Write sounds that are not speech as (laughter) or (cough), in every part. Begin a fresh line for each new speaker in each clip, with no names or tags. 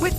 With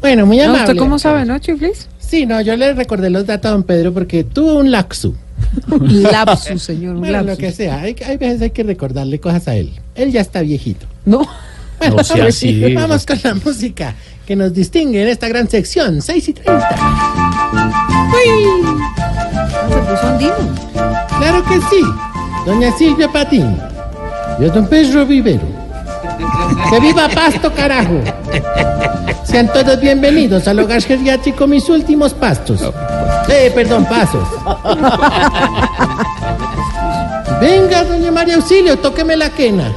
Bueno, muy
No,
amable.
¿Usted cómo sabe, no, Chiflis?
Sí, no, yo le recordé los datos a don Pedro porque tuvo un laxu.
Un lapsus, señor, un
Bueno, lo
lapsus.
que sea, hay, hay veces hay que recordarle cosas a él. Él ya está viejito.
No,
Bueno, vamos con la música que nos distingue en esta gran sección, 6 y 30.
Ah, se puso andino.
Claro que sí, doña Silvia Patín. Yo don Pedro Vivero. ¡Que viva Pasto, carajo! Sean todos bienvenidos al hogar geriátrico Mis Últimos Pastos. Eh, perdón, pasos. Venga, doña María Auxilio, tóqueme la quena.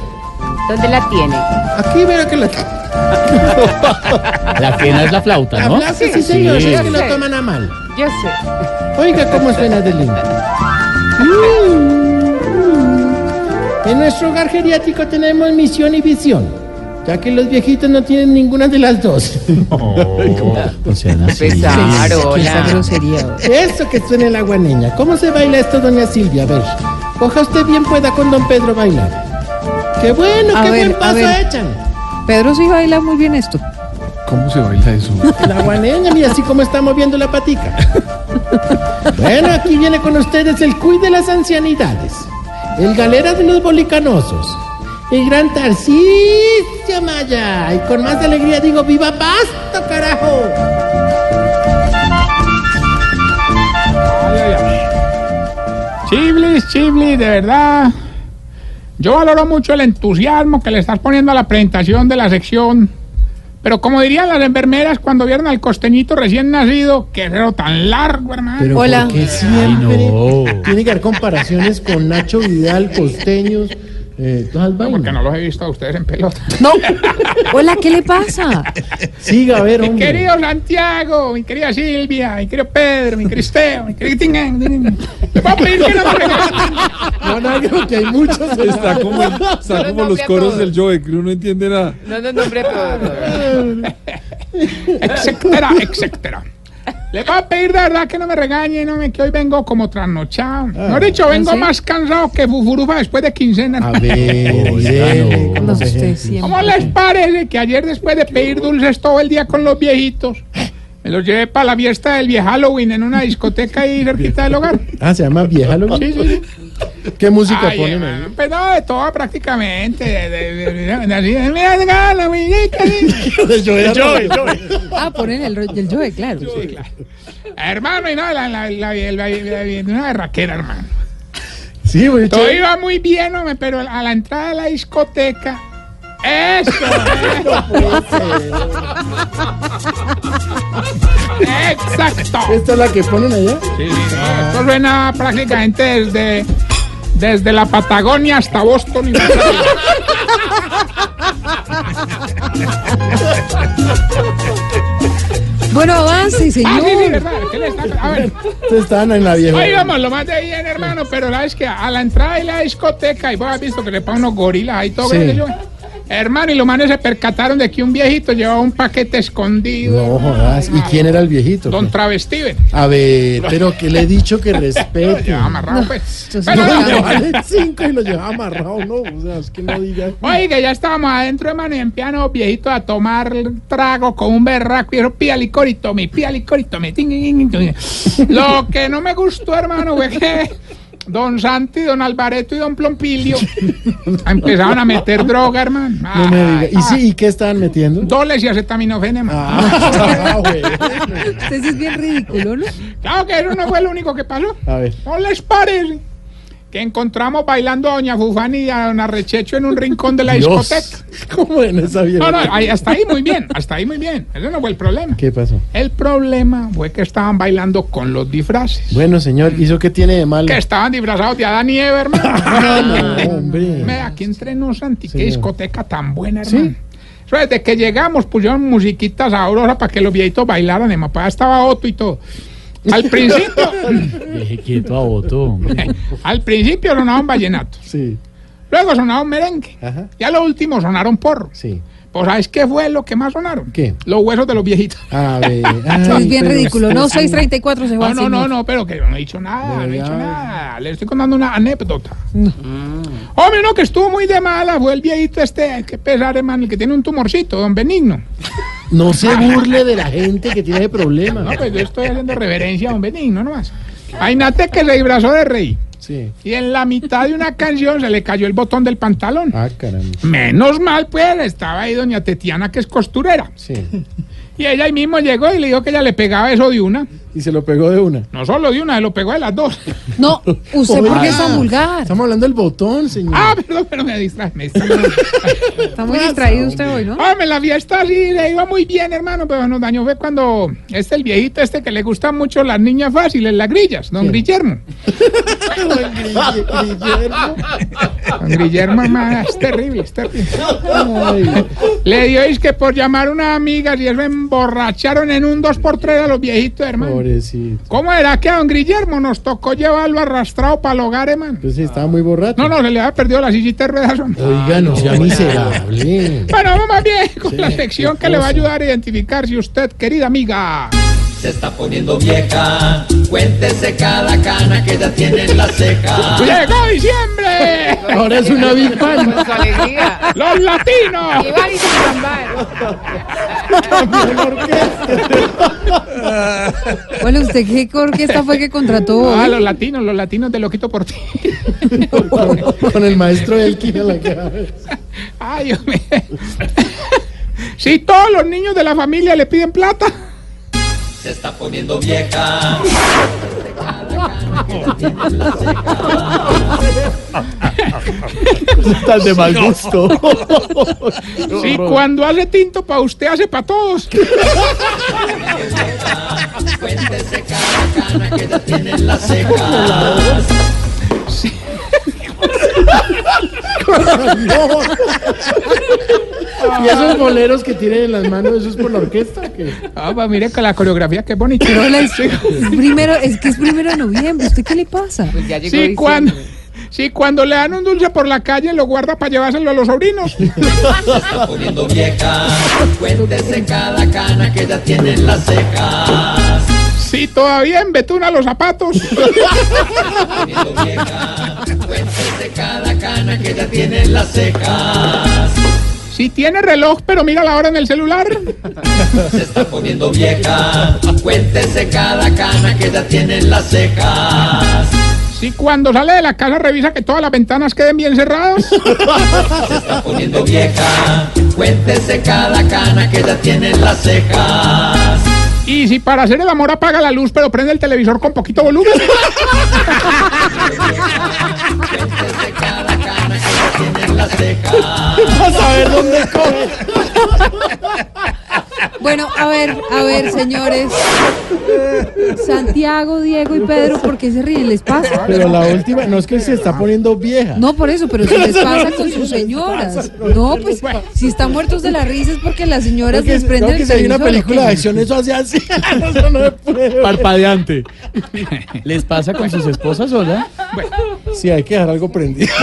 ¿Dónde la tiene?
Aquí verá que la...
La quena es la flauta, ¿no?
Hablaste, sí, señor,
Sí.
es que lo toman a mal.
Yo sé.
Oiga cómo suena de lindo. En nuestro hogar geriátrico tenemos misión y visión, ya que los viejitos no tienen ninguna de las dos. (laughs)
Funciona así.
Esa grosería. güey.
Eso que suena el agua niña. ¿Cómo se baila esto, doña Silvia? A ver, coja usted bien pueda con don Pedro bailar. ¡Qué bueno,
A
qué
ver,
buen
a
paso
ver.
echan!
Pedro sí baila muy bien esto.
¿Cómo se baila eso?
La guaneña, mira así como está moviendo la patica. Bueno, aquí viene con ustedes el cuy de las ancianidades, el galera de los bolicanosos, el gran Tarcisio Maya. Y con más alegría digo, ¡viva Pasto, carajo!
Chiblis, chiblis, de verdad. Yo valoro mucho el entusiasmo que le estás poniendo a la presentación de la sección. Pero como dirían las enfermeras cuando vieron al costeñito recién nacido, qué reo tan largo, hermano.
Hola.
Porque siempre tiene que haber comparaciones con Nacho Vidal, costeños, eh, todas
No, porque
vainas.
no los he visto a ustedes en pelota.
No. Hola, ¿qué le pasa?
Siga a ver,
Mi
hombre.
querido Santiago, mi querida Silvia, mi querido Pedro, mi Cristeo, mi querido Tingán. Le voy a pedir que no me regalen.
No, no, yo que hay muchos.
Está como, está como los coros del Joe, que uno no entiende nada.
etcétera, etcétera. Le voy a pedir de verdad que no me regañen, no me que hoy vengo como trasnochado. No he dicho, vengo
¿Ah, sí?
más cansado que Fufurufa después de quincena.
A ver, eh, Irene, con
No,
los
usted
ejemplos.
siempre.
¿Cómo les parece que ayer después de pedir dulces todo el día con los viejitos, me los llevé para la fiesta del viejo Halloween en una discoteca ahí cerquita del hogar?
Ah, se llama Vieja lo
Sí, sí, sí.
¿Qué música
Ay,
ponen
hermano,
ahí?
pues no, de todo prácticamente. De, de, de, de- de- así, mira, venga, la muñeca, sí.
Ah, ponen el, ro- el Joe, claro.
Hermano, y no, la, la, la, la, la- la- una berraquera, hermano.
Sí, güey.
Todo
chévere.
iba muy bien, hombre, pero a la entrada de la discoteca. Eso, (laughs) eso. Exacto.
¿Esta es la que ponen allá?
Sí, no, esto suena prácticamente desde, desde la Patagonia hasta Boston. y (laughs) más arriba.
Bueno, avance,
Ah, sí, sí,
señor.
verdad, ¿qué le está- A ver,
Ustedes estaban en la vieja.
ahí vamos, lo más de bien, hermano, pero sabes que a la entrada de la discoteca, y vos has visto que le ponen unos gorilas ahí todo
Sí.
grillo. Hermano, y los manes se percataron de que un viejito llevaba un paquete escondido.
No jodas. ¿Y quién era el viejito?
Don
pues?
Travestiven.
A ver, pero que le he dicho que respete.
Ya, amarrado, pues.
esto es
Pero
No,
no,
le vale cinco y lo llevaba amarrado, no. O sea, es que no diga.
Oiga, ya estábamos adentro, hermano, y empiezan los viejitos a tomar trago con un berraco. Y eso, pía licor y tome, pía licor y tome. tin, tin, tin, tin". Lo que no me gustó, hermano, fue que don Santi, don Alvareto y don Plompilio empezaron a meter droga, hermano.
No me
Ay, ah,
diga. ¿Y sí? ¿Y qué estaban metiendo?
Doles y acetaminofén, hermano.
Ah, güey.
Usted sí es bien ridículo, ¿no?
Claro que eso no fue lo único que pasó.
A ver.
¿No les parece que encontramos bailando a doña Fufani y a don Arrechecho en un rincón de la
Dios.
discoteca?
¿Cómo en esa vieja?
No, no, ahí- hasta ahí muy bien, hasta ahí muy bien. Ese no fue el problema.
¿Qué pasó?
El problema fue que estaban bailando con los disfraces.
Bueno, señor, ¿y eso qué tiene de malo?
Que estaban disfrazados de Adán y
(laughs)
Eva, hermano.
No, hombre.
Ve, aquí entre nos, Santi, qué
Señor.
discoteca tan buena, hermano. Eso Desde que llegamos pusieron musiquitas sabrosa para que los viejitos bailaran. En papá estaba Otto y todo. Al principio,
(laughs) Deje quieto a Otto.
(laughs) al principio sonaban vallenatos.
Sí,
Luego sonaban merengue.
Ajá.
Ya lo último sonaron porros.
sí.
Pues ¿sabes qué fue lo que más sonaron?
¿Qué?
Los huesos de los viejitos.
A (laughs) ver.
Eso
ay,
es bien
pero-
ridículo. No, 634 se va
No,
al
Ah, no,
señor.
no, no, pero que yo no he dicho nada, no he
Debería
dicho
haber. Mm.
nada. Le estoy contando una anécdota. Hombre, no, que estuvo muy de mala, fue el viejito este, que pesar, hermano, el que tiene un tumorcito, don Benigno.
No se burle de la gente que tiene ese problema.
No, pues yo estoy haciendo reverencia a don Benigno nomás. Ainate que se disfrazó de rey.
Sí.
Y en la mitad de una canción se le cayó el botón del pantalón.
Ah, caramba.
Menos mal, pues, estaba ahí doña Tetiana, que es costurera.
Sí.
Y ella ahí mismo llegó y le dijo que ella le pegaba eso de una.
Y se lo pegó de una.
No solo de una, se lo pegó de
(laughs)
las dos.
No, usted
Oiga,
porque es tan vulgar.
Estamos hablando del botón, señor. (laughs)
Ah, perdón, pero me distraje. Me distraje.
Está muy distraído usted hoy, ¿no?
Hombre, Ah, la fiesta sí le iba muy bien, hermano, pero nos dañó fue cuando este el viejito este que le gustan mucho las niñas fáciles, las grillas, don Guillermo. don Guillermo, hermano, es terrible, es terrible.
Ay,
Le dio es que por llamar a unas amigas y eso emborracharon en un 2x3 a los viejitos, hermano.
pobrecito.
¿Cómo era que a don Guillermo nos tocó llevarlo arrastrado para el hogar, hermano?
Pues estaba muy borracho.
No, no, se le había perdido la sillita de ruedas. hombre.
Oiga, no sea miserable.
Bueno, vamos más bien con la sección que le va a
cosa.
ayudar a identificar si usted, querida amiga.
Se está poniendo vieja, cuéntese cada cana que ya tiene en la ceja.
¡Llegó diciembre!
(laughs) Ahora es una avispán.
¡Los latinos!
Bueno, ¿usted qué orquesta fue que contrató
Ah,
hoy?
los latinos, los latinos de Loquito por ti. (laughs)
Con el maestro Elkin (laughs) a la cabeza.
Ay, Dios mío. (laughs) Si todos los niños de la familia le piden plata.
Se está poniendo vieja.
Estás de mal (laughs) gusto.
Si cuando hace tinto para usted, hace para todos.
Cuéntese cada cana que ya tiene en la ceja.
Y esos boleros que tienen en las manos, ¿eso es por la orquesta? o qué?
Ah, pues mire que la coreografía, qué bonita. (laughs)
Pero la- es primero, es que es primero de noviembre. ¿Usted qué le pasa?
Si cuando, si cuando le dan un dulce por la calle, lo guarda para llevárselo a los sobrinos.
Se está poniendo vieja, cuéntese cada cana que ya tiene en la ceja.
Si todavía embetuna los zapatos.
Cuéntese cada cana que ya tiene en la ceja.
Si tiene reloj, pero mira la hora en el celular.
Se está poniendo vieja, cuéntese cada cana que ya tiene en la ceja.
Si cuando sale de la casa revisa que todas las ventanas queden bien cerradas.
poniendo vieja. Cuéntese cada cana que ya tiene en las cejas.
Y si para hacer el amor apaga la luz, pero prende el televisor con poquito volumen.
Cuéntese cada cana que ya tiene en las cejas.
Vas a ver dónde coge.
Bueno, a ver, a ver, señores. Santiago, Diego y Pedro, ¿por qué se ríen? ¿Les pasa?
Pero la última, no es que se está poniendo vieja.
No, por eso, pero si les pasa con sus señoras. No, pues si están muertos de la risa es porque las señoras
Creo
les
que, creo
prenden
que
el
si hay una
televisor, ¿o
película
qué?
de acción, eso hace así. (laughs) Eso no se puede.
Parpadeante. ¿Les pasa con sus esposas, hola?
Sí, hay que dejar algo prendido. (laughs)
(laughs)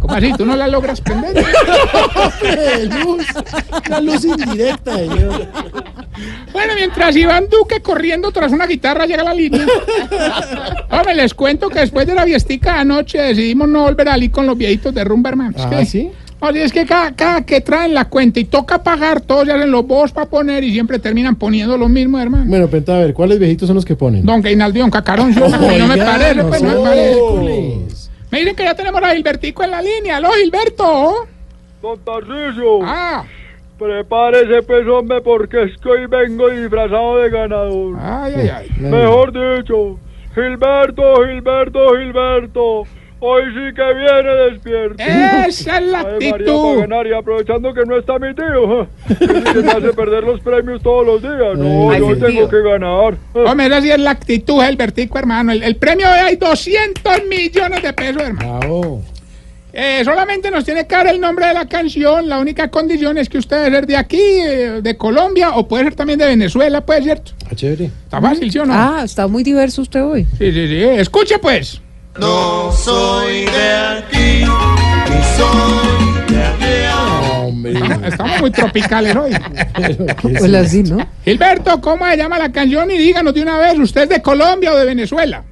¿Cómo así? ¿Tú no la logras prender?
De luz. Una luz indirecta, señor.
Bueno, mientras Iván Duque corriendo tras una guitarra llega a la línea. Hombre, les cuento que después de la fiestica anoche decidimos no volver a ir con los viejitos de rumba, hermano. Es
Ah,
que-
¿sí?
Oye, es que cada, cada que traen la cuenta y toca pagar, todos ya hacen los boss para poner y siempre terminan poniendo lo mismo, hermano.
Bueno, pero entonces, a ver, ¿cuáles viejitos son los que ponen?
Don Gainaldi, don Cacarón, yo, a mí no me
Oiga,
parece, pues no me
son
parece.
Hércules.
Me dicen que ya tenemos a Gilbertico en la línea. ¡Aló, Gilberto!
Don Tarcisio,
¡Ah!
prepárese pues hombre porque es que hoy vengo disfrazado de ganador.
¡Ay, ay, ay!
Mejor dicho, Gilberto, Gilberto, Gilberto. Hoy sí que viene despierto.
Esa es la
Ave María, para
actitud.
ganar y aprovechando que no está mi tío. ¿eh? (laughs) Que me hace perder los premios todos los días. No,
Ay,
yo
mi
tengo que ganar.
Hombre, esa sí es la actitud, Albertico, hermano. El, el premio de hoy hay 200 millones de pesos, hermano.
Bravo.
Eh, solamente nos tiene que dar el nombre de la canción. La única condición es que usted debe ser de aquí, eh, de Colombia, o puede ser también de Venezuela, puede ser.
Ah, chévere.
Está fácil, ¿sí o no?
Ah, está muy diverso usted hoy.
Sí, sí, sí. Escuche, pues.
No soy de aquí, ni soy de allá.
Oh,
(laughs)
Hombre.
Estamos, estamos muy tropicales hoy.
Pues así, ¿no?
Gilberto, ¿cómo se llama la canción? Y díganos de una vez, ¿usted es de Colombia o de Venezuela?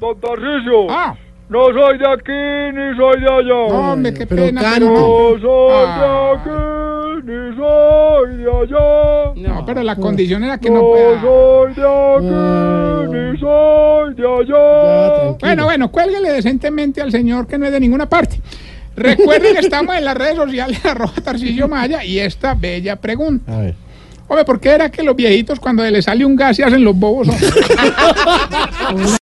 Don Tarcisio,
Ah,
no soy de aquí ni soy de allá.
hombre, qué
pero
pena.
canta.
pero-
No soy
Ah.
de aquí ni soy de allá.
No, pero la condición era que no
No
pueda.
soy de aquí ni soy de allá.
Bueno, bueno, cuélguele decentemente al señor que no es de ninguna parte. Recuerden que estamos en las redes sociales, (laughs) arroba Tarcillo Maya, y esta bella pregunta.
A ver.
Hombre, ¿por qué era que los viejitos cuando les sale un gas se hacen los bobos? hombre?